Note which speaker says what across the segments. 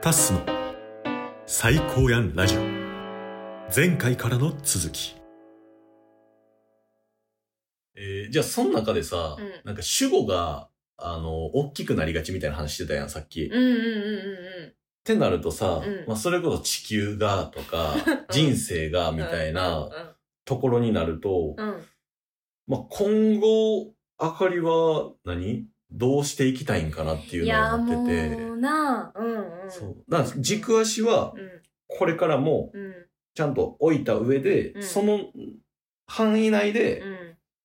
Speaker 1: タスの最高やんラジオ前回からの続き
Speaker 2: えーじゃあその中でさ、
Speaker 3: うん
Speaker 2: なんか主語が、あの、大きくなりがちみたいな話してたやん、さっき。っ
Speaker 3: うんうんうん
Speaker 2: てなるとさ、
Speaker 3: うん
Speaker 2: まあそれこそ地球がと か、人生がみたいなところになると、
Speaker 3: うんうんうん
Speaker 2: まあ今後、あかりは何どうしていきたいんかなっていう
Speaker 3: い
Speaker 2: の
Speaker 3: や
Speaker 2: を思ってて。
Speaker 3: もうなうんうん
Speaker 2: そう。だから軸足は
Speaker 3: うん
Speaker 2: これからも
Speaker 3: うん
Speaker 2: ちゃんと置いた上で、
Speaker 3: うん
Speaker 2: その範囲内で、
Speaker 3: うん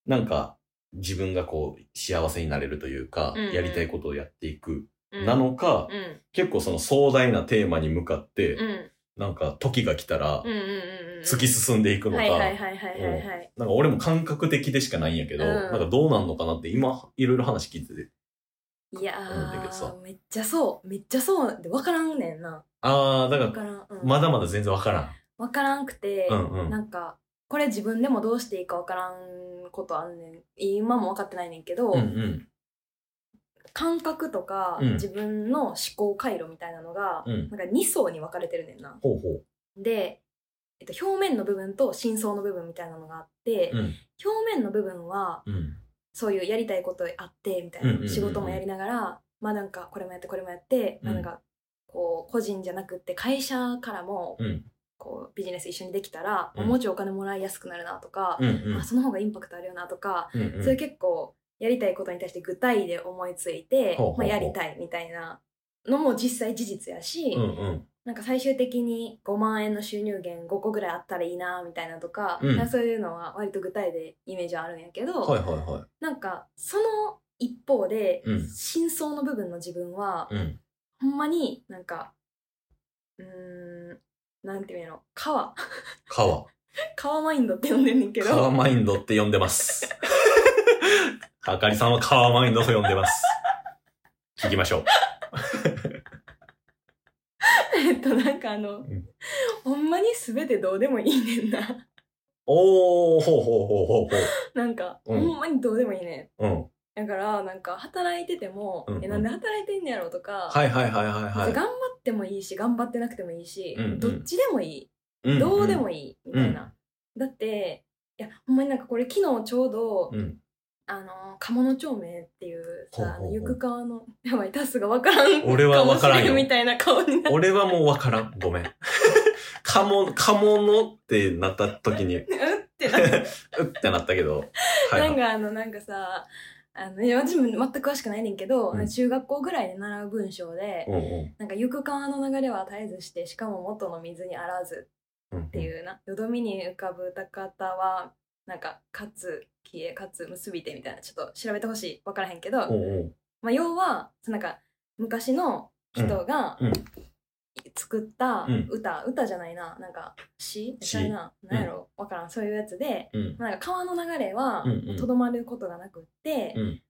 Speaker 2: なんか、自分がこう、幸せになれるというか、
Speaker 3: うんうん
Speaker 2: やりたいことをやっていく、
Speaker 3: うん
Speaker 2: なのか、
Speaker 3: うん
Speaker 2: 結構その壮大なテーマに向かって、
Speaker 3: うん
Speaker 2: なんか時が来たら
Speaker 3: うんう、んうんうん
Speaker 2: 突き進んでいくのか、
Speaker 3: はいはいはいはいはいはい
Speaker 2: なんか俺も感覚的でしかないんやけど、
Speaker 3: うん
Speaker 2: なんかどうなんのかなって今、いろいろ話聞いてて。
Speaker 3: いや
Speaker 2: 思うんだけどさ
Speaker 3: ーめっちゃそうめっちゃそうで分からんねんな
Speaker 2: あー、だ
Speaker 3: 分
Speaker 2: か、
Speaker 3: かららん、うん、
Speaker 2: まだまだ全然わからん。
Speaker 3: 分からんくて、
Speaker 2: うんうん
Speaker 3: なんかこれ自分でもどうしていいか分からんことあんねん今も分かってないねんけど、
Speaker 2: うんうん。
Speaker 3: 感覚とか、
Speaker 2: うん
Speaker 3: 自分の思考回路みたいなのが、
Speaker 2: うん。
Speaker 3: なんか2層に分かれてるねんな。
Speaker 2: ほうほう。
Speaker 3: で、えっと、表面の部分と真相の部分みたいなのがあって、
Speaker 2: うん。
Speaker 3: 表面の部分は
Speaker 2: うん。
Speaker 3: そういうやりたいことあってみたい
Speaker 2: うんうんうんう
Speaker 3: なん仕事もやりながらまあなんかこれもやってこれもやって、まあ
Speaker 2: うん
Speaker 3: なんかこう個人じゃなくって会社からも
Speaker 2: うん。
Speaker 3: こうビジネス一緒にできたら、
Speaker 2: うん
Speaker 3: もうちょいお金もらいやすくなるなとか、
Speaker 2: うん
Speaker 3: あその方がインパクトあるよなとか、
Speaker 2: うん。うん
Speaker 3: そういう結構やりたいことに対して具体で思いつい
Speaker 2: ほうほ
Speaker 3: て、
Speaker 2: うほう
Speaker 3: まあ、やりたいみたいなのも実際事実やし、
Speaker 2: うんうん。
Speaker 3: なんか最終的に5万円の収入源5個ぐらいあったらいいなみたいなとか、
Speaker 2: うん
Speaker 3: なんかそういうのは割と具体でイメージはあるんやけど、
Speaker 2: はいはいは
Speaker 3: なんかその一方で、
Speaker 2: うん。、
Speaker 3: 真相の部分の自分はい
Speaker 2: うん。
Speaker 3: ほんまになんかうーんなんていうの川
Speaker 2: 川。
Speaker 3: 川マインドって呼んでんねんけ
Speaker 2: カワ
Speaker 3: ど
Speaker 2: マインドって呼んでます。あかりさんはカワマインドと呼んでます。聞きましょう。
Speaker 3: えっとなんかあの、
Speaker 2: ん
Speaker 3: ほんまに全てどうでもいいねんな
Speaker 2: おー、ほうほうほうほう
Speaker 3: なんか、
Speaker 2: うん
Speaker 3: ほんまにどうでもいいね
Speaker 2: ほう。うん。
Speaker 3: んだからなんか働いてても、
Speaker 2: うんうん
Speaker 3: えなんで働いてんねやろうとか、
Speaker 2: はいはいはいはいは
Speaker 3: 頑張ってもいいし頑張ってなくてもいいし、
Speaker 2: うんうん
Speaker 3: どっちでもいい、
Speaker 2: い。ん
Speaker 3: どうでも
Speaker 2: いい。
Speaker 3: いいみたいな、だっていやほんまになんかこれ昨日ちょうど、
Speaker 2: うん。
Speaker 3: あの鴨の町名っていう
Speaker 2: ほうほう
Speaker 3: さあ
Speaker 2: ほう
Speaker 3: の行く川のやばいタスが分から ん
Speaker 2: 俺は分からんよ
Speaker 3: かもしれみたいな顔になっ
Speaker 2: 俺はもうわからん。ごめん。カモ、カモのってなった時に、う
Speaker 3: てうってなって
Speaker 2: ってなったけど。は
Speaker 3: なん
Speaker 2: い。
Speaker 3: かあのなんかさあのいや私も全く詳しくないねんけど、
Speaker 2: うん
Speaker 3: 中学校ぐらいで習う文章で、
Speaker 2: うんうん
Speaker 3: なんか行く川の流れは絶えずしてしかも元の水にあらず
Speaker 2: うん。
Speaker 3: っていうな、よどみに浮かぶ高田は、なんか、かつ、消え、かつ、結びてみたいな、ちょっと調べてほしい。わからへんけど、
Speaker 2: うんうん。
Speaker 3: まあ、要は、そのなんか、昔の人が、
Speaker 2: うんうん
Speaker 3: 作った
Speaker 2: うん
Speaker 3: 歌、歌じゃないな、なんか詩、
Speaker 2: 詩
Speaker 3: それな、なんやろ、わからん、そういうやつで、
Speaker 2: うん。
Speaker 3: まあなんか川の流れは
Speaker 2: うんうん、
Speaker 3: とどまることがなくって、
Speaker 2: うん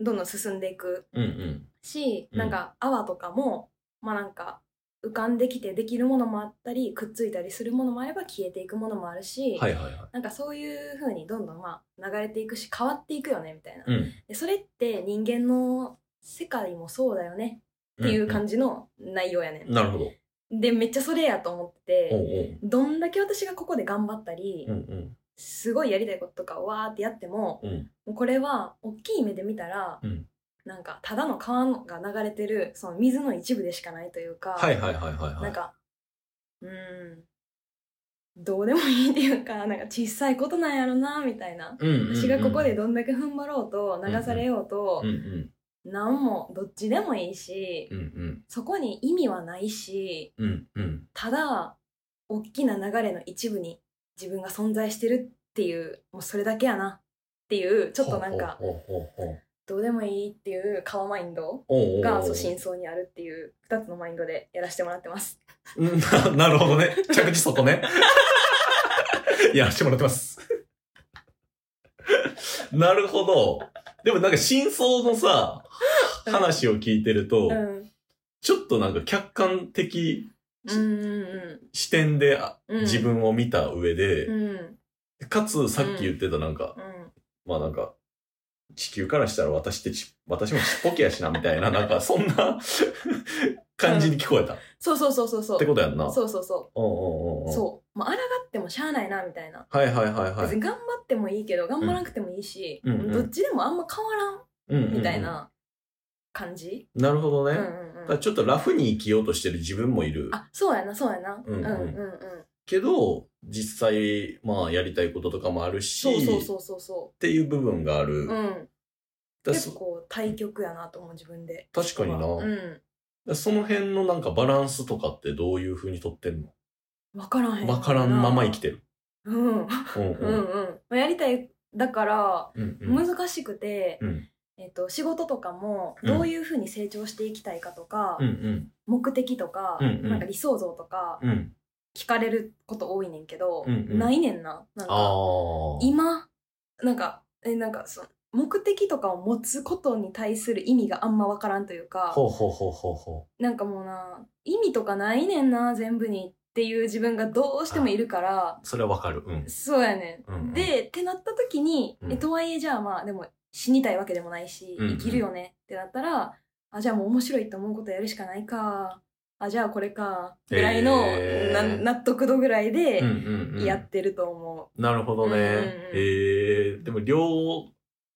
Speaker 3: どんどん進んでいく
Speaker 2: うんうん。
Speaker 3: し、
Speaker 2: うん
Speaker 3: なんか泡とかもまあなんか浮かんできてできるものもあったりくっついたりするものもあれば消えていくものもあるし、
Speaker 2: はいはいはい。
Speaker 3: なんかそういう風にどんどんまあ流れていくし変わっていくよねみたいな、
Speaker 2: うん。
Speaker 3: でそれって人間の世界もそうだよねっていう感じの内容やねん、
Speaker 2: じ。なるほど。
Speaker 3: でめっちゃそれやと思って
Speaker 2: おう
Speaker 3: て、
Speaker 2: おう。
Speaker 3: どんだけ私がここで頑張ったり、
Speaker 2: うんうん。
Speaker 3: すごいやりたいこととかをわーってやっても、
Speaker 2: うん
Speaker 3: もうこれは大きい目で見たら、
Speaker 2: うん
Speaker 3: なんかただの川が流れてるその水の一部でしかないというか、
Speaker 2: はいはいはいはいは
Speaker 3: なん
Speaker 2: い。
Speaker 3: かうーんどうでもいいっていうか なんか小さいことなんやろなみたいな、
Speaker 2: うんうんうん
Speaker 3: 私がここでどんだけ踏ん張ろうと流されようと、
Speaker 2: うんうん。
Speaker 3: なんもどっちでもいいし、
Speaker 2: うんうん。
Speaker 3: そこに意味はないし
Speaker 2: うんうん。
Speaker 3: ただ大きな流れの一部に自分が存在してるっていうもうそれだけやなっていうちょっとなんか
Speaker 2: ほうほうほうほう
Speaker 3: どうでもいいっていう顔マインド
Speaker 2: おうおうおう
Speaker 3: がそう真相にあるっていう2つのマインドでやらせてもらってます。
Speaker 2: うん ななるほどね。着地そこね。 やらしてもらってます。 なるほど。でもなんか真相のさ、
Speaker 3: うん
Speaker 2: 話を聞いてると、
Speaker 3: うん
Speaker 2: ちょっとなんか客観的
Speaker 3: うんうん
Speaker 2: 視点であ
Speaker 3: うん
Speaker 2: 自分を見た上で、
Speaker 3: うんうん
Speaker 2: かつさっき言ってたなんか、まあなんか、 地球からしたら私ってち、私もちっぽけやしな、みたいな、なんかそんな感じに聞こえた。っ
Speaker 3: そうそうそうそうそう
Speaker 2: てことやんな。
Speaker 3: そうそうそ
Speaker 2: うんうんうんう。
Speaker 3: うんそうまあ抗ってもしゃあないなみたいな、
Speaker 2: はいはいはいは
Speaker 3: 別
Speaker 2: い。
Speaker 3: に頑張ってもいいけど頑張らなくてもいいし、
Speaker 2: うんうん
Speaker 3: どっちでもあんま変わらん
Speaker 2: うんうんうん
Speaker 3: みたい。な感じ、
Speaker 2: なるほど
Speaker 3: う
Speaker 2: ね。
Speaker 3: んう
Speaker 2: だ
Speaker 3: ん
Speaker 2: か
Speaker 3: う
Speaker 2: ら
Speaker 3: ん、
Speaker 2: ちょっとラフに生きようとしてる自分もいる。
Speaker 3: あそうやなそうやな
Speaker 2: うん
Speaker 3: う
Speaker 2: うん
Speaker 3: んうんうん
Speaker 2: けど、実際、まあ、やりたいこととかもあるし、
Speaker 3: そうそう
Speaker 2: っ
Speaker 3: そうそうそ
Speaker 2: ていう部分がある。
Speaker 3: ううん
Speaker 2: だ
Speaker 3: 結
Speaker 2: そ
Speaker 3: 構対極やなと思う自分で
Speaker 2: 確かにな。
Speaker 3: うん
Speaker 2: だその辺のなんかバランスとかってどういう風にとってんの
Speaker 3: 分からへん
Speaker 2: わからんまま生きてる。
Speaker 3: うん
Speaker 2: うんう
Speaker 3: うん
Speaker 2: ん。
Speaker 3: うんまあやりたいだから
Speaker 2: うんうん。
Speaker 3: 難しくて、
Speaker 2: うん
Speaker 3: えっと仕事とかも
Speaker 2: うん
Speaker 3: どういうふうに成長していきたいかとか、
Speaker 2: うんうん。
Speaker 3: 目的とか,、
Speaker 2: うんうん
Speaker 3: なんか理想像とか
Speaker 2: うん。
Speaker 3: 聞かれること多いねんけど、
Speaker 2: うんうん
Speaker 3: ないねんなな
Speaker 2: あ
Speaker 3: んか
Speaker 2: あ。
Speaker 3: 今なんかえなんかその目的とかを持つことに対する意味があんまわからんというか
Speaker 2: ほうほうほうほうほ
Speaker 3: なんかもうな意味とかないねんな全部にっていう自分がどうしてもいるから
Speaker 2: う。それはわかる。うん。
Speaker 3: そうやねん
Speaker 2: うんうん、
Speaker 3: で、ってなった時に、
Speaker 2: うん
Speaker 3: えとはいえじゃあまあでも死にたいわけでもないし、
Speaker 2: うんうん
Speaker 3: 生きるよねってなったらあじゃあもう面白いと思うことやるしかないかあじゃあこれかぐらいの、
Speaker 2: へー
Speaker 3: な納得度ぐら
Speaker 2: う
Speaker 3: い
Speaker 2: ん
Speaker 3: で
Speaker 2: うんうん、
Speaker 3: やってると思
Speaker 2: なるほどね。
Speaker 3: うんうんうん
Speaker 2: えーでも両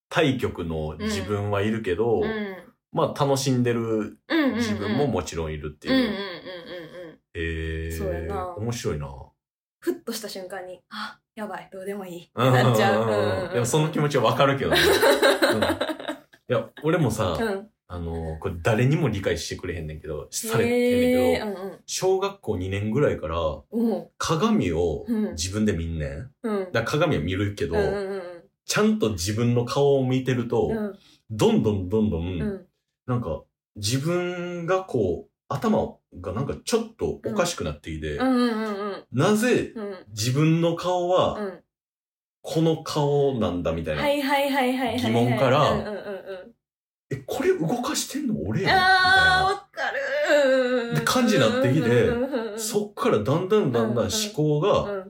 Speaker 2: 対局の自分はいるけど、
Speaker 3: う。うん
Speaker 2: まあ楽しんでる
Speaker 3: うんうん
Speaker 2: 自分ももちろんいるって
Speaker 3: うんうんうん
Speaker 2: いうう。
Speaker 3: んうん
Speaker 2: えー
Speaker 3: そうやな
Speaker 2: 面白いな。
Speaker 3: ふっとした瞬間にあやばいどうでもいいって
Speaker 2: うんうんうん
Speaker 3: なっち ゃううんうんうん。
Speaker 2: でもその気持ちはわかるけどね。うんいや、俺もさ、
Speaker 3: うん
Speaker 2: あの、これ誰にも理解してくれへんねんけど、されてんねん
Speaker 3: へ
Speaker 2: け
Speaker 3: え
Speaker 2: ど、
Speaker 3: うん
Speaker 2: 小学校2年ぐらいから
Speaker 3: うんうん
Speaker 2: 鏡を
Speaker 3: うん
Speaker 2: 自分で見んねん。
Speaker 3: うん
Speaker 2: だから鏡は見るけど、
Speaker 3: うんうんうん
Speaker 2: ちゃんと自分の顔を見てると、
Speaker 3: うん
Speaker 2: どんどんどんどん、
Speaker 3: うん
Speaker 2: なんか、自分がこう、頭がなんかちょっとおかしくなってきて、
Speaker 3: うんうんうん
Speaker 2: なぜ
Speaker 3: うん
Speaker 2: 自分の顔
Speaker 3: う
Speaker 2: は
Speaker 3: ん
Speaker 2: この顔なんだみたいな。
Speaker 3: はいはいはいはいはいはい。
Speaker 2: 疑問から
Speaker 3: うんうんうんうん
Speaker 2: え、これ動かしてんの俺やんみ
Speaker 3: あー、
Speaker 2: たい
Speaker 3: わかる
Speaker 2: で感じになってきてな。
Speaker 3: っ
Speaker 2: そっからだんだんだんだん思考が、
Speaker 3: か。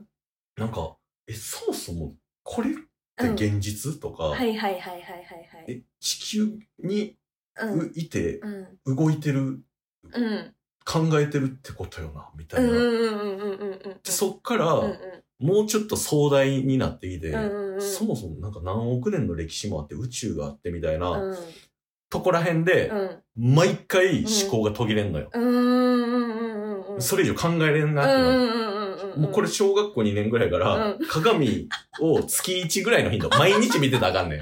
Speaker 2: なんか、え、そもそもこれって現実とか、
Speaker 3: はいはいはいはいはいはい。
Speaker 2: え、地球に
Speaker 3: うん
Speaker 2: いて
Speaker 3: うん
Speaker 2: 動いてる、
Speaker 3: うん
Speaker 2: 考えてるってことよな、みたい
Speaker 3: うん
Speaker 2: な。
Speaker 3: うんうんうんうんうん。
Speaker 2: そっか
Speaker 3: うん
Speaker 2: ら、もうちょっと壮大になってきて、
Speaker 3: うんうんうん
Speaker 2: そもそもなんか何億年の歴史もあって宇宙があってみたいな、
Speaker 3: うん
Speaker 2: とこら辺で、毎回思考が途切れんのよ。
Speaker 3: うんうんうんうんうんうん。
Speaker 2: それ以上考えれんなって
Speaker 3: うん
Speaker 2: なる
Speaker 3: うんうんうんうん。
Speaker 2: もうこれ小学校2年ぐらいから
Speaker 3: う、
Speaker 2: 鏡を月1ぐらいの 頻度、毎日見てたらあかんねん。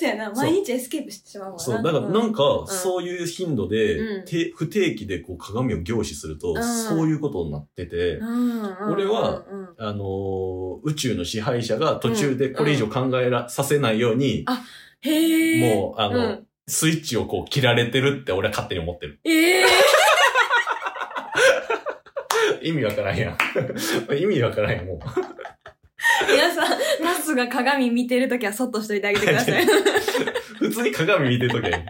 Speaker 3: そうやな。
Speaker 2: う
Speaker 3: 毎日エスケープしてしまうもんな。
Speaker 2: そう、だからなんか、そういう頻度で、
Speaker 3: うん
Speaker 2: て不定期でこう鏡を凝視すると、
Speaker 3: うん
Speaker 2: そういうことになってて、
Speaker 3: うん
Speaker 2: 俺は、
Speaker 3: うんうんうん
Speaker 2: あのー宇宙の支配者が途中でこれ以上考えら、させないように、
Speaker 3: へえ。
Speaker 2: もう、あの、
Speaker 3: うん
Speaker 2: スイッチをこう切られてるって俺は勝手に思ってる。
Speaker 3: ええ。
Speaker 2: 意味わからんやん。 意味わからんやん、もう。
Speaker 3: 皆さん、ナスが鏡見てるときはそっとしといてあげてく ださい。
Speaker 2: 普通に鏡見てるときは、も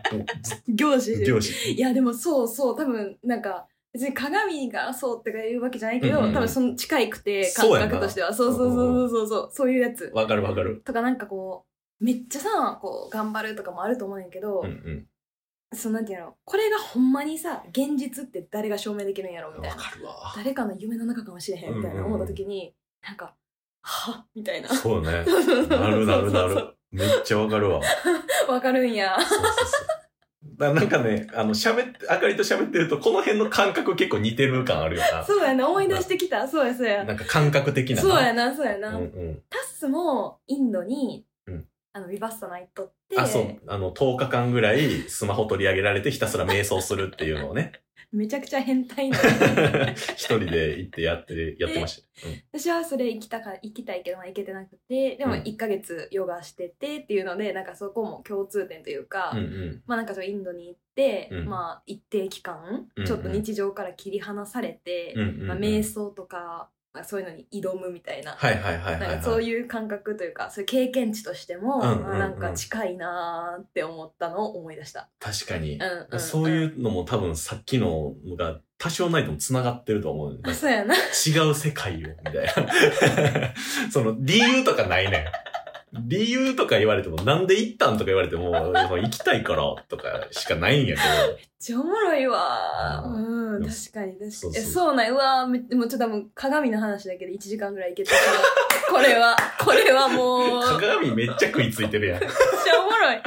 Speaker 3: 凝視し
Speaker 2: う
Speaker 3: てる
Speaker 2: 凝視。
Speaker 3: いや、でもそうそう、多分なんか、別に鏡がそうとかいうわけじゃないけど、
Speaker 2: うんうんうん
Speaker 3: 多分その近いくて、
Speaker 2: そ
Speaker 3: 感
Speaker 2: うやな
Speaker 3: 覚としては。そうそうそうそうそうそう、そういうやつ。
Speaker 2: わかるわかる。
Speaker 3: とかなんかこう、めっちゃさ、こう、頑張るとかもあると思うんやけど、
Speaker 2: うんうん。
Speaker 3: そのなんていうの、これがほんまにさ、現実って誰が証明できるんやろみたい
Speaker 2: わ
Speaker 3: な。
Speaker 2: かるわ。
Speaker 3: 誰かの夢の中かもしれへんみたいな思った時に、なんか、はみたいな。
Speaker 2: そうね。 な
Speaker 3: な
Speaker 2: る なるなる。。めっちゃわかるわ。
Speaker 3: わかるんや。
Speaker 2: そうそうそうだなんかね、あの、喋って、あかりと喋ってると、この辺の感覚結構似てる感あるよ
Speaker 3: そうやな、思い出してきた。そうや、そう
Speaker 2: な。
Speaker 3: や。
Speaker 2: なんか感覚的な。
Speaker 3: そうやな、そうやな。
Speaker 2: うんうん。
Speaker 3: タッスもインドに、
Speaker 2: うん
Speaker 3: あのビバッサナ行っとって
Speaker 2: あ、そう。あの、10日間ぐらいスマホ取り上げられてひたすら瞑想するっていうのをね、
Speaker 3: めちゃくちゃ変 態な
Speaker 2: 一人で行ってやって、やってました。うん
Speaker 3: 私はそれ行きたか行きたいけど、まあ、行けてなくてでも
Speaker 2: うん
Speaker 3: 1ヶ月ヨガしててっていうので、なんかそこも共通点というか、
Speaker 2: うんうん。
Speaker 3: まあなんかそのインドに行って、
Speaker 2: うん
Speaker 3: まあ一定期間、
Speaker 2: うんうん
Speaker 3: ちょっと日常から切り離されて、
Speaker 2: うんうんうん
Speaker 3: まあ、瞑想とか、まあ、そういうのに挑むみたいな。
Speaker 2: はいはいはいはい
Speaker 3: な
Speaker 2: は
Speaker 3: ん
Speaker 2: い。
Speaker 3: かそう
Speaker 2: う。
Speaker 3: いう感覚というか、そういう経験値として
Speaker 2: う
Speaker 3: も、
Speaker 2: んうんうん
Speaker 3: まあなんか近いなーって思ったのを思い出した。
Speaker 2: 確かに
Speaker 3: うん。うんうん、
Speaker 2: そういうのも多分さっきのが多少ないとも繋がってると思うんだよね
Speaker 3: あ、そうや な。
Speaker 2: 違う世界よ、みたいな。その、理由とかないねん。理由とか言われても、なんで行ったんとか言われても、行きたいからとかしかないんやけど、
Speaker 3: ちゃおもろいわ
Speaker 2: あー
Speaker 3: うん
Speaker 2: でも
Speaker 3: 確かに確かに
Speaker 2: そうそう
Speaker 3: えそうなんうわーめでもうちょっともう鏡の話だけで1時間ぐらいいけてる これはこれはもうめっ
Speaker 2: 鏡めっちゃ食いついてるやん。
Speaker 3: ちゃおもろ い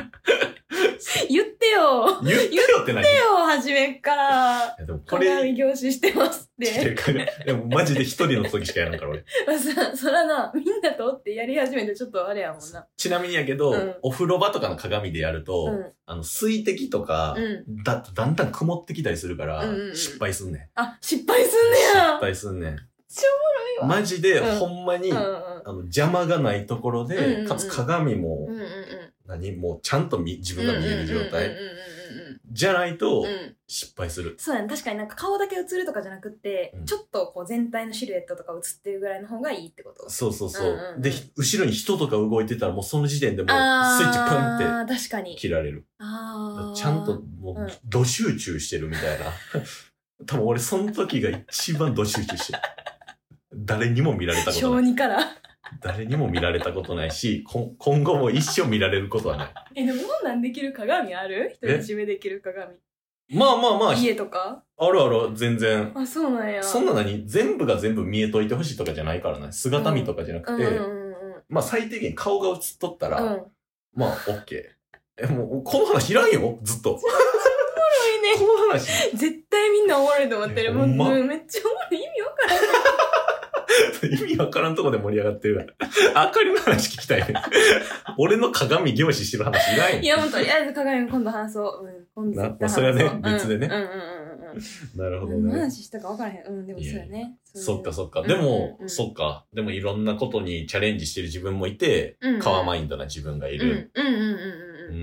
Speaker 3: 言ってよ
Speaker 2: 言ってよって何い
Speaker 3: 言ってよ初めっから
Speaker 2: やでもこれ
Speaker 3: 鏡、凝視してますっ
Speaker 2: 違
Speaker 3: て
Speaker 2: う鏡でもマジで一人の時しかやらんから俺。
Speaker 3: まあさそらなみんなとおってやり始めてちょっとあれやもんな
Speaker 2: ちなみにやけど、
Speaker 3: うん
Speaker 2: お風呂場とかの鏡でやると、
Speaker 3: うん
Speaker 2: あの水滴とか、
Speaker 3: うん
Speaker 2: だだんだん曇ってきたりするから、
Speaker 3: うんうんうん
Speaker 2: 失敗すんねん。
Speaker 3: あ失敗すんねや
Speaker 2: 失敗すんねん。
Speaker 3: ちょおもろいわ
Speaker 2: マジで、
Speaker 3: うん
Speaker 2: ほんまに、
Speaker 3: うん
Speaker 2: あの邪魔がないところで、
Speaker 3: うんうんうん
Speaker 2: かつ鏡も、
Speaker 3: うんうんうんうん
Speaker 2: 何もうちゃんと見自分が見える状態、
Speaker 3: うんうんうん
Speaker 2: じゃないと、
Speaker 3: うんうんうんうん
Speaker 2: 失敗する。
Speaker 3: そうやね確かになんか顔だけ映るとかじゃなくって、
Speaker 2: うん
Speaker 3: ちょっとこう全体のシルエットとか映ってるぐらいの方がいいってこと
Speaker 2: そうそうそう。
Speaker 3: うんうんうん
Speaker 2: で、ひ後ろに人とか動いてたらもうその時点でもうスイ
Speaker 3: あ
Speaker 2: ッチパンって
Speaker 3: あ確かに
Speaker 2: 切られる。
Speaker 3: ああ
Speaker 2: ちゃんとも
Speaker 3: うん
Speaker 2: う、ど集中してるみたいな。 多分俺、その時が一番ど集中してる。誰にも見られたこと
Speaker 3: 小
Speaker 2: ない。
Speaker 3: 児から
Speaker 2: 誰にも見られたことないし、こん今後も一生見られることはない。
Speaker 3: えでもこんなんできる鏡ある人に締めできる鏡
Speaker 2: まあまあまあ、
Speaker 3: 家とか
Speaker 2: あるある、全然。
Speaker 3: あそうなんや
Speaker 2: そんな何全部が全部見えといてほしいとかじゃないからね。姿見とかじゃな
Speaker 3: う
Speaker 2: く
Speaker 3: んうん
Speaker 2: て、
Speaker 3: うんうん
Speaker 2: まあ最低限顔が映っとったら、
Speaker 3: うんうん
Speaker 2: まあ、オッケー。え、もう、この話いらんよ、ずっと。こ
Speaker 3: おもろいね
Speaker 2: の話、
Speaker 3: 絶対みんなおもろいと思ってる
Speaker 2: え
Speaker 3: も
Speaker 2: ほ
Speaker 3: う、
Speaker 2: んま
Speaker 3: うんめっちゃおもろい意味わからん
Speaker 2: 意味わからんとこで盛り上がってるから。 あかりの話聞き たいね。俺の鏡凝視してる話いらんよ
Speaker 3: いやもうとりあえず鏡今度話そう、うん、今度絶対
Speaker 2: なそれはね
Speaker 3: 話そう
Speaker 2: 別でね
Speaker 3: うんうんうんうんうん
Speaker 2: なるほど
Speaker 3: 何の
Speaker 2: ね。
Speaker 3: 話したか分からへん。うん、でもそうやね。う
Speaker 2: そっか
Speaker 3: っ
Speaker 2: そっか。
Speaker 3: うん
Speaker 2: でも
Speaker 3: う、ん
Speaker 2: そっか。でもいろんなことにチャレンジしてる自分もいて、
Speaker 3: か
Speaker 2: カワマ
Speaker 3: イ
Speaker 2: インドな自分がい
Speaker 3: うんうん
Speaker 2: る。
Speaker 3: うん
Speaker 2: う
Speaker 3: うんうん
Speaker 2: ー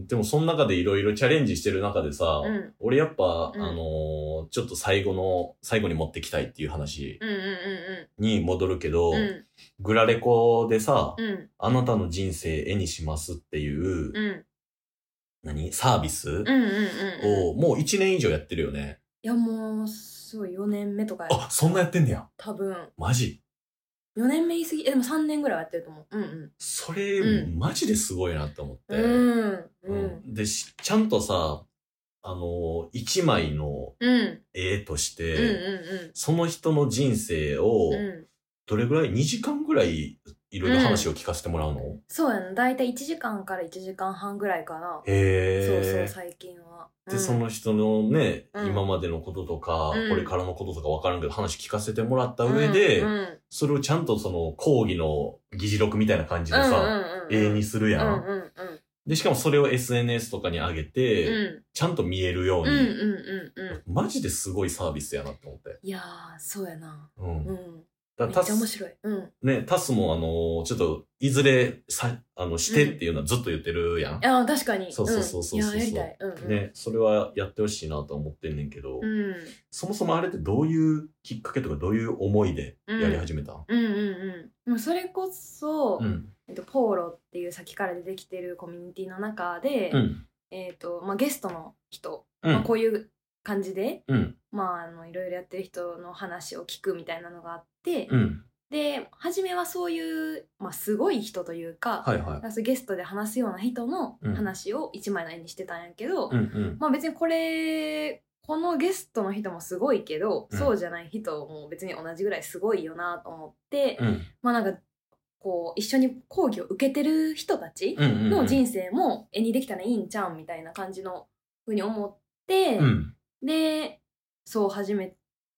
Speaker 2: ん。でもその中でいろいろチャレンジしてる中でさ、
Speaker 3: うん。うん
Speaker 2: 俺やっぱ、
Speaker 3: うん
Speaker 2: あのーちょっと最後の、最後に持ってきたいっていう話
Speaker 3: うんうん
Speaker 2: に戻るけど、
Speaker 3: うんうん
Speaker 2: グラレコでさ、
Speaker 3: うん
Speaker 2: あなたの人生絵にしますっていう、
Speaker 3: うん
Speaker 2: 何サービス
Speaker 3: うんうんうんうん
Speaker 2: を、もう1年以上やってるよね。
Speaker 3: いやもうそう4年目とかや
Speaker 2: あ、そんなやってんねや。
Speaker 3: 多分
Speaker 2: マジ
Speaker 3: 4年目言い過ぎえでも3年ぐらいはやってると思ううんうん
Speaker 2: それ、
Speaker 3: うん
Speaker 2: マジですごいなって思って。
Speaker 3: うんう
Speaker 2: うんんで、しちゃんとさ、あのー、1枚の
Speaker 3: うんうん
Speaker 2: 絵とし
Speaker 3: う
Speaker 2: て、
Speaker 3: んうん
Speaker 2: その人の人生を、
Speaker 3: うん
Speaker 2: どれぐらい ?2 時間ぐらいいろいろ話を聞かせてもらうの、
Speaker 3: そうやな大体1時間から1時間半ぐらいかな
Speaker 2: へ
Speaker 3: そうそう
Speaker 2: え。
Speaker 3: 最近はう
Speaker 2: で、
Speaker 3: ん
Speaker 2: その人のね、
Speaker 3: うん
Speaker 2: 今までのこととか、
Speaker 3: うん
Speaker 2: これからのこととかわからんけど話聞かせてもらった上で、
Speaker 3: うんうん
Speaker 2: それをちゃんとその講義の議事録みたいな感じで
Speaker 3: うんう
Speaker 2: さ、
Speaker 3: んうん
Speaker 2: 永遠にする
Speaker 3: うん
Speaker 2: や,、
Speaker 3: うんんうん
Speaker 2: で、しかもそれを SNS とかに上げて、
Speaker 3: うん
Speaker 2: ちゃんと見えるよう
Speaker 3: う
Speaker 2: に、
Speaker 3: んうんうんうん。
Speaker 2: マジですごいサービスやなって思って。
Speaker 3: いやー、そうやな。
Speaker 2: うん。
Speaker 3: うん。
Speaker 2: だ
Speaker 3: めっ
Speaker 2: から
Speaker 3: ちゃ
Speaker 2: タス、
Speaker 3: 面白い。うん。
Speaker 2: ね、タスもあのーちょっと、いずれさ、あの、してっていうのはずっと言ってるやん。
Speaker 3: ああ、確かに。
Speaker 2: そうそうそうそう
Speaker 3: い
Speaker 2: そう
Speaker 3: やー、やりたい。うん、うん。
Speaker 2: ね、それはやってほしいなと思ってんねんけど、
Speaker 3: うん。
Speaker 2: そもそもあれってどういうきっかけとかどういう思いで
Speaker 3: うん。
Speaker 2: やり始めたん
Speaker 3: うんうんうん。もうそれこそ、
Speaker 2: うん。
Speaker 3: えっと、ポーロっていう先から出てきてるコミュニティの中で、
Speaker 2: うん。
Speaker 3: えっと、まあ、ゲストの人、
Speaker 2: う
Speaker 3: まあ、
Speaker 2: ん。
Speaker 3: こういう感じで、
Speaker 2: うん。
Speaker 3: まあ、あの、いろいろやってる人の話を聞くみたいなのがあって、
Speaker 2: うん。
Speaker 3: で、初めはそういう、まあ、すごい人というか、
Speaker 2: はいはい。
Speaker 3: ラスゲストで話すような人の
Speaker 2: うん
Speaker 3: 話を一枚の絵にしてたんやけ
Speaker 2: う
Speaker 3: ど、
Speaker 2: んうん。
Speaker 3: まあ別にこれこのゲストの人もすごいけど、
Speaker 2: うん
Speaker 3: そうじゃない人も別に同じぐらいすごいよなと思って、
Speaker 2: うん。
Speaker 3: まあなんかこう一緒に講義を受けてる人たち
Speaker 2: うんうんうん。
Speaker 3: の人生も絵にできたらいいんちゃうんみたいな感じのふうに思って、
Speaker 2: うん。
Speaker 3: でそう始め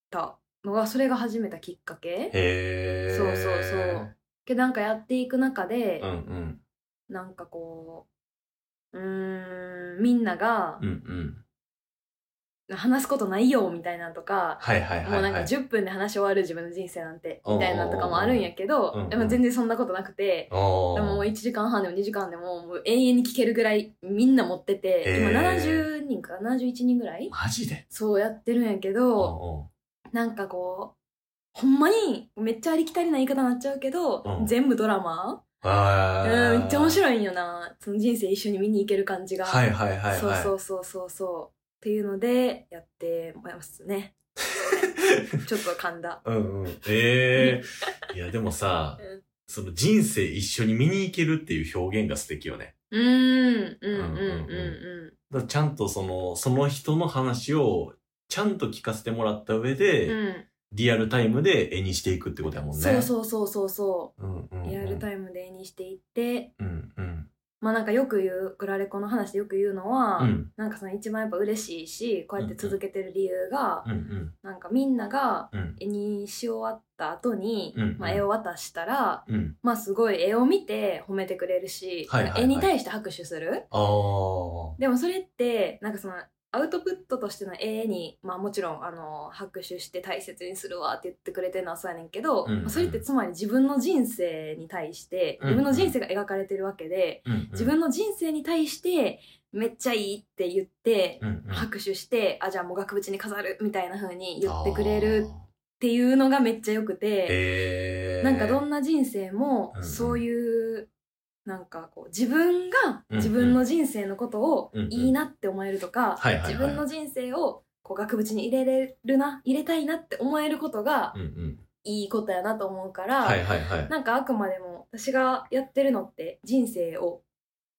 Speaker 3: たのがそれが始めたきっかけ
Speaker 2: へえ。
Speaker 3: そうそうそう。けどなんかやっていく中で、
Speaker 2: うんうん。
Speaker 3: なんかこう、うーん、みんなが
Speaker 2: うんうん。
Speaker 3: 話すことないよみたいなのとか、
Speaker 2: はいはいはい、はい。
Speaker 3: もうなんか10分で話し終わる自分の人生なんて、
Speaker 2: おうおうお
Speaker 3: み
Speaker 2: う
Speaker 3: たいなのとかもあるんやけ
Speaker 2: うんう
Speaker 3: ど
Speaker 2: ん、
Speaker 3: でも全然そんなことなくて、
Speaker 2: おー
Speaker 3: でももう1時間半でも2時間でももう永遠に聞けるぐらいみんな持ってて、
Speaker 2: へー
Speaker 3: 今70人か71人ぐらい
Speaker 2: マジで
Speaker 3: そうやってるんやけど、
Speaker 2: お
Speaker 3: なんかこう、ほんまにめっちゃありきたりな言い方になっちゃうけど
Speaker 2: う、ん
Speaker 3: 全部ドラ
Speaker 2: ー
Speaker 3: マ
Speaker 2: おーあ
Speaker 3: うん、
Speaker 2: ー
Speaker 3: めっちゃ面白いんよな。その人生一緒に見に行ける感じが。
Speaker 2: はいはいはいはい。
Speaker 3: そうそうそうそうそうっていうのでやってま すねちょっと噛んだ
Speaker 2: うんうん。ええいやでもさ
Speaker 3: うん、
Speaker 2: その人生一緒に見に行けるっていう表現が素敵よね。
Speaker 3: うんうんうんう
Speaker 2: だからちゃんとその、その人の話をちゃんと聞かせてもらった上
Speaker 3: ん
Speaker 2: で、
Speaker 3: うん
Speaker 2: リアルタイムで絵にしていくってことやもんね。
Speaker 3: そうそうそうそうそ
Speaker 2: うんうんう。
Speaker 3: うんリアルタイムで絵にしていって
Speaker 2: うんうん。
Speaker 3: まあなんかよく言うグラレコの話でよく言うのは、
Speaker 2: うん
Speaker 3: なんかその一番やっぱ嬉しいしこうやって続けてる理由が、
Speaker 2: うんうん
Speaker 3: なんかみんなが
Speaker 2: うん
Speaker 3: 絵にし終わった後に、
Speaker 2: うんうん
Speaker 3: まあ、絵を渡したら、
Speaker 2: うん。
Speaker 3: まあすごい絵を見て褒めてくれるし、
Speaker 2: はいはいはい
Speaker 3: 絵に対して拍手する
Speaker 2: ああ。
Speaker 3: でもそれってなんかそのアウトプットとしての絵に、まあ、もちろんあの拍手して大切にするわって言ってくれてるのはそうやねんけど、
Speaker 2: うんうん
Speaker 3: まあそれってつまり自分の人生に対して
Speaker 2: うんうん
Speaker 3: 自分の人生が描かれてるわけで、
Speaker 2: うんうん
Speaker 3: 自分の人生に対してめっちゃいいって言って
Speaker 2: うんうん
Speaker 3: 拍手して、あじゃあもう額縁に飾るみたいな風に言ってくれるっていうのがめっちゃ良く
Speaker 2: あー。
Speaker 3: て、
Speaker 2: えー、
Speaker 3: なんかどんな人生も
Speaker 2: うんうん
Speaker 3: そういう、なんかこう自分が
Speaker 2: うんうん
Speaker 3: 自分の人生のことを
Speaker 2: うんうん
Speaker 3: いいなって思えるとか、
Speaker 2: はいはいはい
Speaker 3: 自分の人生をこう額縁に入れれるな入れたいなって思えることが
Speaker 2: うんうん。
Speaker 3: いいことやなと思うから、
Speaker 2: はいはいはい。
Speaker 3: なんかあくまでも私がやってるのって人生を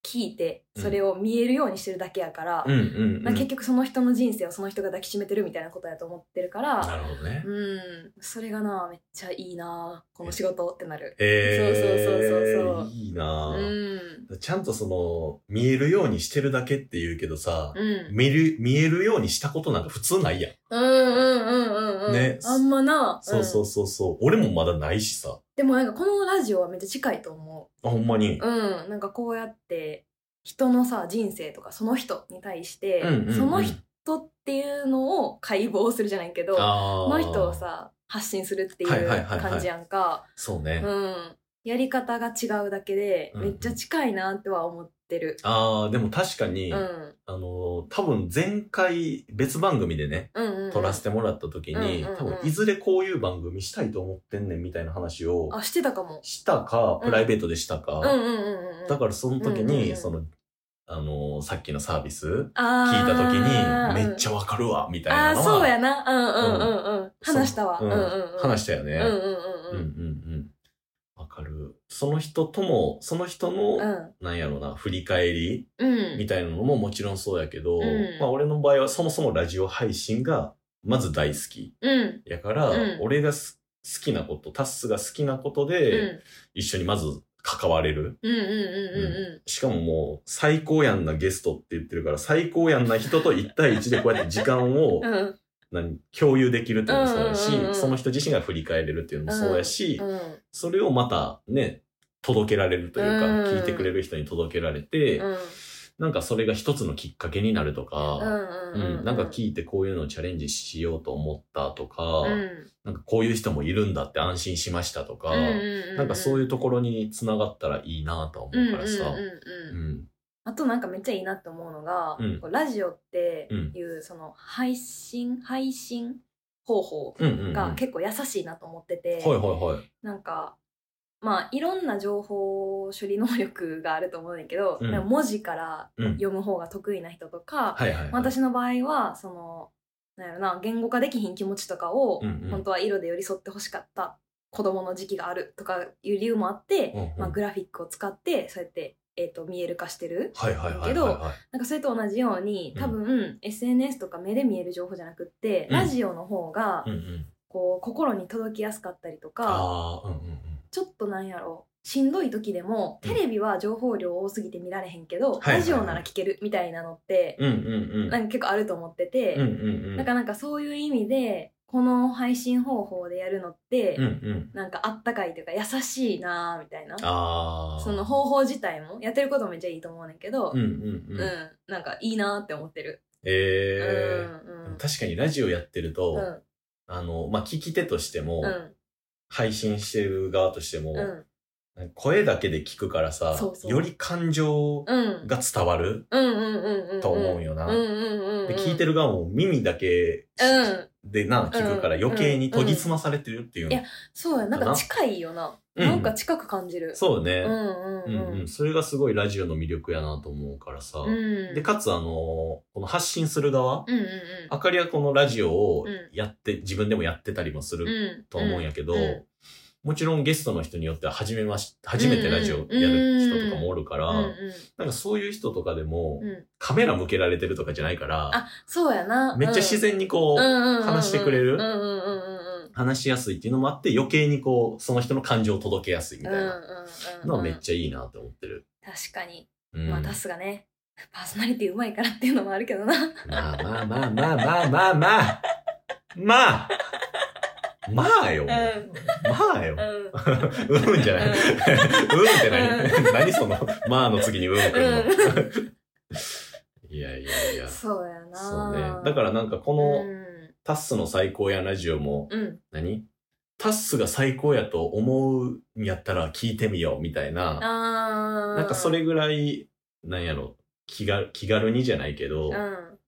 Speaker 3: 聞いてそれを見えるようにしてるだけやから、
Speaker 2: うんうん、うん。
Speaker 3: なんか結局その人の人生をその人が抱きしめてるみたいなことやと思ってるから、
Speaker 2: なるほどね。
Speaker 3: うん、それがな、めっちゃいいな、この仕事ってなる。
Speaker 2: えー、
Speaker 3: そうそうそうそうそう
Speaker 2: いいな
Speaker 3: う
Speaker 2: あ、
Speaker 3: ん。
Speaker 2: ちゃんとその、見えるようにしてるだけって言うけどさ、
Speaker 3: うん。
Speaker 2: 見る、見えるようにしたことなんか普通ないやん。
Speaker 3: うんうんうんうんうん。
Speaker 2: ね
Speaker 3: あんまな。
Speaker 2: そうそ
Speaker 3: ん
Speaker 2: うそうそう。俺もまだないしさ。
Speaker 3: でもなんかこのラジオはめっちゃ近いと思
Speaker 2: あ、ほんまに。
Speaker 3: う。うん。なんかこうやって、人のさ、人生とかその人に対して、
Speaker 2: うんうんうん
Speaker 3: その人っていうのを解剖するじゃないけど、そ
Speaker 2: ああ。
Speaker 3: の人を。さ、発信するってい
Speaker 2: はいはいうはいはい
Speaker 3: 感じやんか。
Speaker 2: そうね。
Speaker 3: うん。やり方が違うだけで、
Speaker 2: うん
Speaker 3: めっちゃ近いなっては思ってる。
Speaker 2: ああ、でも確かに、
Speaker 3: うん。
Speaker 2: あのー、多分前回別番組でね、
Speaker 3: うんうんうん。
Speaker 2: 撮らせてもらった時に、
Speaker 3: うんうんうん
Speaker 2: 多分いずれこういう番組したいと思ってんねんみたいな話を
Speaker 3: あ、してたかも。
Speaker 2: したか、
Speaker 3: うん
Speaker 2: プライベートでしたか、
Speaker 3: うんうんうんうん。
Speaker 2: だからその時
Speaker 3: うんうんう
Speaker 2: に、
Speaker 3: ん
Speaker 2: その、あのー、さっきのサービス聞い
Speaker 3: 聞
Speaker 2: た時に、めっち
Speaker 3: ゃ、
Speaker 2: ゃわかるわ、みたい
Speaker 3: あ
Speaker 2: な
Speaker 3: あー、
Speaker 2: のは。
Speaker 3: そうやな。うんうんうんうん。話したわ。
Speaker 2: う
Speaker 3: うんんうんうん。
Speaker 2: 話
Speaker 3: し
Speaker 2: したよね。
Speaker 3: たうん
Speaker 2: うん
Speaker 3: う
Speaker 2: うん
Speaker 3: ん
Speaker 2: うん。わかる。その人とも、その人の、
Speaker 3: うん。
Speaker 2: なんやろな、振り返り
Speaker 3: うん。
Speaker 2: みたいなのももちろんそうやけど、
Speaker 3: うん
Speaker 2: まあ俺の場合はそもそもラジオ配信がまず大好き。
Speaker 3: うん。
Speaker 2: やから、
Speaker 3: うん
Speaker 2: 俺がす好きなこと、タッスが好きなことで、一緒にまず関われる。
Speaker 3: うんうんうんうん
Speaker 2: しかももう、最高やんなゲストって言ってるから、最高やんな人と1対1でこうやって時間を
Speaker 3: うんうん。うん。
Speaker 2: 何共有できるっていうのもそうやし、
Speaker 3: うんうんうんうん
Speaker 2: その人自身が振り返れるっていうのもそうやし、
Speaker 3: うん
Speaker 2: それをまたね、届けられるというか、
Speaker 3: うん
Speaker 2: 聞いてくれる人に届けられて、
Speaker 3: うん。
Speaker 2: なんかそれが一つのきっかけになると
Speaker 3: う
Speaker 2: か、う
Speaker 3: んうんうん。
Speaker 2: んなんか聞いてこういうのをチャレンジしようと思ったとか、
Speaker 3: うんうん
Speaker 2: なんかこういう人もいるんだって安心しましたとか、
Speaker 3: うんうん。
Speaker 2: なんかそう
Speaker 3: い
Speaker 2: いうところに繋がったらいいなとは思
Speaker 3: うん
Speaker 2: う
Speaker 3: うん
Speaker 2: か
Speaker 3: うん
Speaker 2: らさ、
Speaker 3: う。
Speaker 2: うんん、
Speaker 3: あとなんかめっちゃいいなって思うのが
Speaker 2: うん、
Speaker 3: こうラジオっていうその配信、配信方法
Speaker 2: うん、うん、うん。
Speaker 3: が
Speaker 2: はい
Speaker 3: 結構優しいなと思ってて。
Speaker 2: はいはい。
Speaker 3: なんか、まあ、いろんな情報処理能力があると思うんだけど、
Speaker 2: うん
Speaker 3: でも文字から
Speaker 2: うん。
Speaker 3: 読む方が得意な人とか、
Speaker 2: はいはい、はい。
Speaker 3: 私の場合は、その、なんやろな、言語化できひん気持ちとかを、
Speaker 2: うんうん
Speaker 3: 本当は色で寄り添ってほしかった子供の時期があるとかいう理由もあって、
Speaker 2: うんうん
Speaker 3: まあ、グラフィックを使って、そうやって、えっ、と、見える化してる。
Speaker 2: はいはいはいはい、
Speaker 3: けど
Speaker 2: は
Speaker 3: なんかそれと同じように、多分、SNS とか目で見える情報じゃなくって、
Speaker 2: うん
Speaker 3: ラジオの方が
Speaker 2: い。う、んうん。
Speaker 3: こう、心に届きやすかったりとか、
Speaker 2: ああ、うんうんうん。
Speaker 3: ちょっとなんやろしんどい時でも
Speaker 2: うん
Speaker 3: テレビは情報量多すぎて見られへんけ
Speaker 2: はい
Speaker 3: ど、
Speaker 2: はいはい
Speaker 3: ラジオなら聞けるみたいなのって、
Speaker 2: うんうんうん。
Speaker 3: なんか結構あると思ってて、
Speaker 2: うんうんうん。
Speaker 3: だからなんかそういう意味でこの配信方法でやるのって、
Speaker 2: うんうん。
Speaker 3: なんかあったかいというか優しいなーみたいな
Speaker 2: ああ。
Speaker 3: その方法自体もやってることもめっちゃいいと思うねんけど、
Speaker 2: うんうん
Speaker 3: う
Speaker 2: うん。
Speaker 3: なんかいいなーって思ってる。
Speaker 2: ええ
Speaker 3: うんうん
Speaker 2: 確かにラジオやってると、
Speaker 3: うん
Speaker 2: あの、まあ、聞き手としても、
Speaker 3: うん
Speaker 2: 配信してる側としても、
Speaker 3: うん
Speaker 2: 声だけで聞くからさ
Speaker 3: そうそう
Speaker 2: より感情
Speaker 3: うん
Speaker 2: が伝わる、
Speaker 3: うんうんうんうん
Speaker 2: と思うよな
Speaker 3: うんうんうんうん、
Speaker 2: で聞いてる側も耳だけ
Speaker 3: うん
Speaker 2: でな、聞くから
Speaker 3: うん
Speaker 2: 余計に研ぎ澄まされてるっていう。
Speaker 3: いやそうやなん
Speaker 2: だ
Speaker 3: か
Speaker 2: な
Speaker 3: 近いよな、
Speaker 2: うん
Speaker 3: なんか近く感じる
Speaker 2: そう
Speaker 3: う
Speaker 2: ね、
Speaker 3: んう
Speaker 2: うん
Speaker 3: ん
Speaker 2: うんそれがすごいラジオの魅力やなと思うからさ。
Speaker 3: うん。
Speaker 2: で、かつあの、この発信する側、
Speaker 3: うんうんうん。
Speaker 2: あかりはこのラジオを
Speaker 3: うん
Speaker 2: やって、自分でもやってたりもする
Speaker 3: うん、
Speaker 2: と思うんやけど、
Speaker 3: うん
Speaker 2: もちろんゲストの人によっては初めまし、初めてラジオやる人とかもおるから、
Speaker 3: うんうん
Speaker 2: なんかそういう人とかでも、
Speaker 3: うん
Speaker 2: カメラ向けられてるとかじゃないから、
Speaker 3: あそうやな
Speaker 2: めっちゃ自然にこう、話
Speaker 3: 話
Speaker 2: してくれる
Speaker 3: うんうんうんうんうん
Speaker 2: 話しやすいっていうのもあって余計にこう、その人の感情を届けやすいみたいなの
Speaker 3: うんうんうんう
Speaker 2: は
Speaker 3: ん
Speaker 2: めっちゃいいなと思ってる。
Speaker 3: 確かに
Speaker 2: うん
Speaker 3: まあタスがねパーソナリティうまいからっていうのもあるけどな
Speaker 2: まあまあまあまあまあまあまあ。まあ。まあよ。
Speaker 3: ん
Speaker 2: まあよ。
Speaker 3: うん
Speaker 2: うんじゃない。うんって何何その、まあの次にうんくるの。いやいやいや。
Speaker 3: そうやな
Speaker 2: そうね。だからなんかこ
Speaker 3: う
Speaker 2: の
Speaker 3: ん
Speaker 2: タッスの最高やラジオも、
Speaker 3: うん
Speaker 2: 何タッスが最高やと思うんやったら聞いてみようみたいな。
Speaker 3: あー
Speaker 2: なんかそれぐらい、なんやろ、気が気軽にじゃないけど、
Speaker 3: うん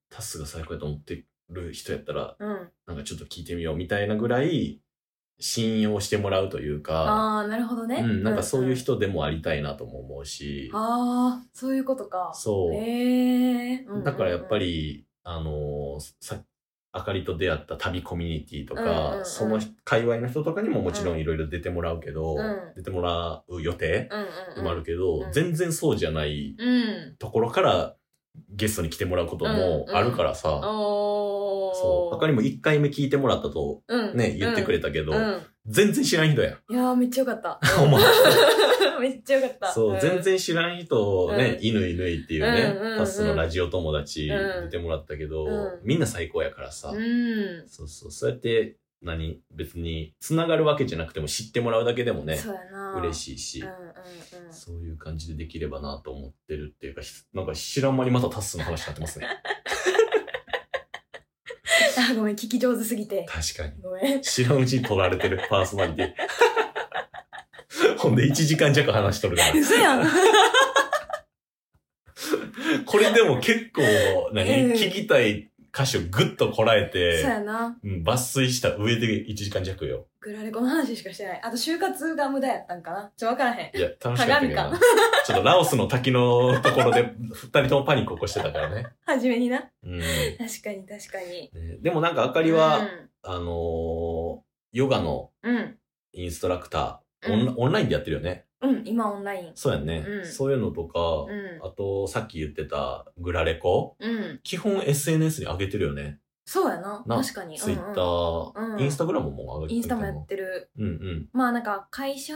Speaker 2: タッスが最高やと思ってる人やったら、
Speaker 3: うん
Speaker 2: なんかちょっと聞いてみようみたいなぐらい信用してもらうというか、
Speaker 3: ああなるほどね
Speaker 2: うん、なんかそういう人でもありたいなとも思うし、
Speaker 3: ああそういうことか
Speaker 2: そう、
Speaker 3: へえ
Speaker 2: だからやっぱ
Speaker 3: り
Speaker 2: り、あのーさ、あかりと出会った旅コミュニティと
Speaker 3: うんうん
Speaker 2: か、
Speaker 3: うん
Speaker 2: その界隈の人とかにももちろんいろいろ出てもらうけど、
Speaker 3: うん
Speaker 2: 出てもらう予定
Speaker 3: うんうん
Speaker 2: もあ
Speaker 3: う
Speaker 2: る
Speaker 3: ん
Speaker 2: けど、
Speaker 3: うん
Speaker 2: 全然そうじゃない
Speaker 3: うん
Speaker 2: ところからゲストに来てもらうこともあるからさ、
Speaker 3: おー
Speaker 2: そう、あかりも1回目聞いてもらったと
Speaker 3: うん
Speaker 2: ね、言ってくれたけど、
Speaker 3: うんうん
Speaker 2: 全然知らん人やん。
Speaker 3: いやーめっちゃよ かった
Speaker 2: お前
Speaker 3: めっちゃよかった
Speaker 2: そう、
Speaker 3: ん
Speaker 2: 全然知らん人ね、
Speaker 3: う
Speaker 2: 犬犬っていう
Speaker 3: うんうんう
Speaker 2: ね、
Speaker 3: ん
Speaker 2: タスのラジオ友達
Speaker 3: うん
Speaker 2: 出てもらったけど
Speaker 3: うん、
Speaker 2: みんな最高やからさ
Speaker 3: う、ん
Speaker 2: そうそう、そうやって、何別に、繋がるわけじゃなくても知ってもらうだけでもね、
Speaker 3: そうやな
Speaker 2: 嬉
Speaker 3: い
Speaker 2: しいし
Speaker 3: うん、うんうん
Speaker 2: そういう感じでできればなと思ってるっていうか、ひなんか知らん間にまたタスの話になってます ね。
Speaker 3: あごめん聞き上手すぎ て
Speaker 2: 確かに。
Speaker 3: ごめん
Speaker 2: 知らんうちに取られてるパーソナリティ。ほんで1時間弱話しとるから。
Speaker 3: 嘘やん
Speaker 2: これでも結構、何、
Speaker 3: うん
Speaker 2: 聞きたい箇所ぐっとこらえ
Speaker 3: そう
Speaker 2: て、
Speaker 3: やな
Speaker 2: うん、抜粋した上で1時間弱よ。
Speaker 3: グラレコの話しかしてないあと就活が無駄やったんかなちょわからへん
Speaker 2: いや、楽しかったけどな
Speaker 3: 鏡。
Speaker 2: ちょっとラオスの滝のところで2人ともパニック起こしてたからね。
Speaker 3: 初めにな
Speaker 2: うん。
Speaker 3: 確かに確かに
Speaker 2: ねでもなんかあか
Speaker 3: あ
Speaker 2: りは、あのーヨガの
Speaker 3: うん
Speaker 2: インストラクター、
Speaker 3: う
Speaker 2: オン
Speaker 3: ん
Speaker 2: ラオンラインでやってるよね。
Speaker 3: うん今オンライン
Speaker 2: そうやんね。
Speaker 3: うん
Speaker 2: そういうのとか、
Speaker 3: うん
Speaker 2: あとさっき言ってたグラレコ、
Speaker 3: うん
Speaker 2: 基本 SNS に上げてるよね。
Speaker 3: そうやな
Speaker 2: な
Speaker 3: 確かに
Speaker 2: ツイッタ
Speaker 3: うん
Speaker 2: ー、
Speaker 3: うん
Speaker 2: インスタグラムも上
Speaker 3: うん
Speaker 2: げてる
Speaker 3: インスタもやってる
Speaker 2: うんうん。
Speaker 3: まあなんか会社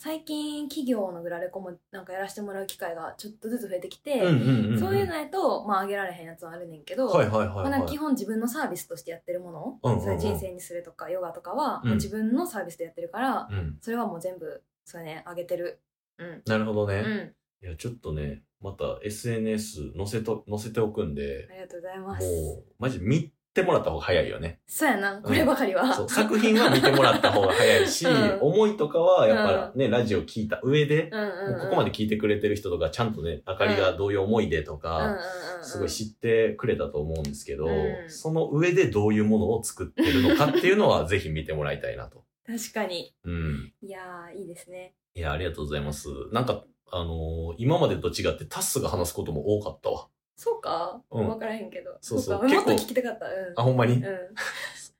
Speaker 3: 最近企業のグラレコもなんかやらせてもらう機会がちょっとずつ増えてきて、
Speaker 2: うんうんんん
Speaker 3: そういうのやと、まあ、上げられへんやつはあるねんけど、
Speaker 2: はいはいは
Speaker 3: まあ、
Speaker 2: い、
Speaker 3: なんか
Speaker 2: は
Speaker 3: 基
Speaker 2: い。
Speaker 3: 本自分のサービスとしてやってるものを、
Speaker 2: うんうんうん
Speaker 3: そういう人生にするとかヨガとかは、
Speaker 2: うん
Speaker 3: もう自分のサービスでやってるから、
Speaker 2: うん、
Speaker 3: それはもう全部そうね上げてるうん
Speaker 2: なるほどね
Speaker 3: う、ん
Speaker 2: いや、ちょっとね、また SNS 載せと、載せておくんで
Speaker 3: あ、りがとうござい
Speaker 2: も
Speaker 3: ます
Speaker 2: う、マジ見てもらった方が早いよね。
Speaker 3: そうやなこればかりは、うん、
Speaker 2: そう作品は見てもらった方が早いし、
Speaker 3: うん
Speaker 2: 思いとかはやっぱね、ラジオ聞いた上で、
Speaker 3: うんうんうん、
Speaker 2: もうここまで聞いてくれてる人とか、ちゃんとね、あかりがどういう思いでと
Speaker 3: うんうん
Speaker 2: か、
Speaker 3: うんうん
Speaker 2: すごい知ってくれたと思うんですけど、
Speaker 3: うん
Speaker 2: その上でどういうものを作ってるのかっていうのは、ぜひ見てもらいたいなと。
Speaker 3: 確かに
Speaker 2: うん。
Speaker 3: いやーいいですね
Speaker 2: いや、ありがとうございます。なんか、あのー今までと違ってタスが話すことも多かったわ。
Speaker 3: そうか、
Speaker 2: うん
Speaker 3: 分からへんけど
Speaker 2: そうそう
Speaker 3: かも
Speaker 2: 結
Speaker 3: っ
Speaker 2: 構
Speaker 3: と聞きたかったうん
Speaker 2: あ、ほんまに
Speaker 3: うん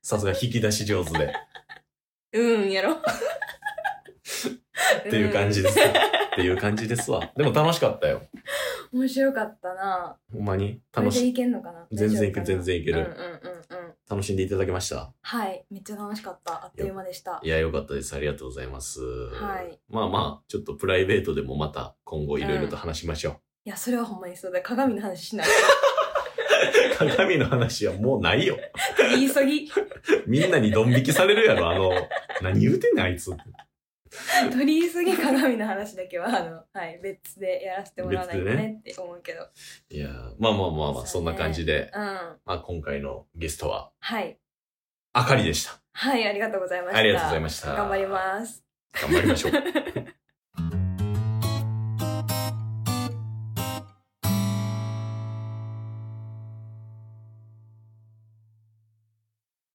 Speaker 2: さすが引き出し上 手で。
Speaker 3: うん やろっ
Speaker 2: っていう感じです。っていう感じですわ。でも楽しかったよ。
Speaker 3: 面白かったな
Speaker 2: ほんまに。
Speaker 3: これ
Speaker 2: 楽
Speaker 3: で
Speaker 2: し、
Speaker 3: いけんのかな
Speaker 2: 全然いける
Speaker 3: 大丈夫かな
Speaker 2: 全然いける
Speaker 3: うんうんうんうん。
Speaker 2: 楽しんでいただけました。
Speaker 3: はい。めっちゃ楽しかった。あっという間でした。
Speaker 2: いや、よかったです。ありがとうございます。
Speaker 3: はい
Speaker 2: まあまあ、ちょっとプライベートでもまた今後いろいろと話しましょ
Speaker 3: いや、それはほんまにそうだ。鏡の話しない。
Speaker 2: う。鏡の話はもうないよ。
Speaker 3: 言い急ぎ。
Speaker 2: みんなにドン引きされるやろ、あの、何言うてんねん、あいつ。
Speaker 3: 取り急ぎ鏡の話だけは、あの、はい。別でやらせてもらわないと
Speaker 2: 別でね
Speaker 3: ねって思うけど。
Speaker 2: いや、まあまあまあまあ、そんな感じで、
Speaker 3: うん。
Speaker 2: まあ今回のゲストは、
Speaker 3: はい。
Speaker 2: あかりでした。
Speaker 3: はい。ありがとうございました。
Speaker 2: ありがとうございました
Speaker 3: 頑張ります。
Speaker 2: 頑張りましょう。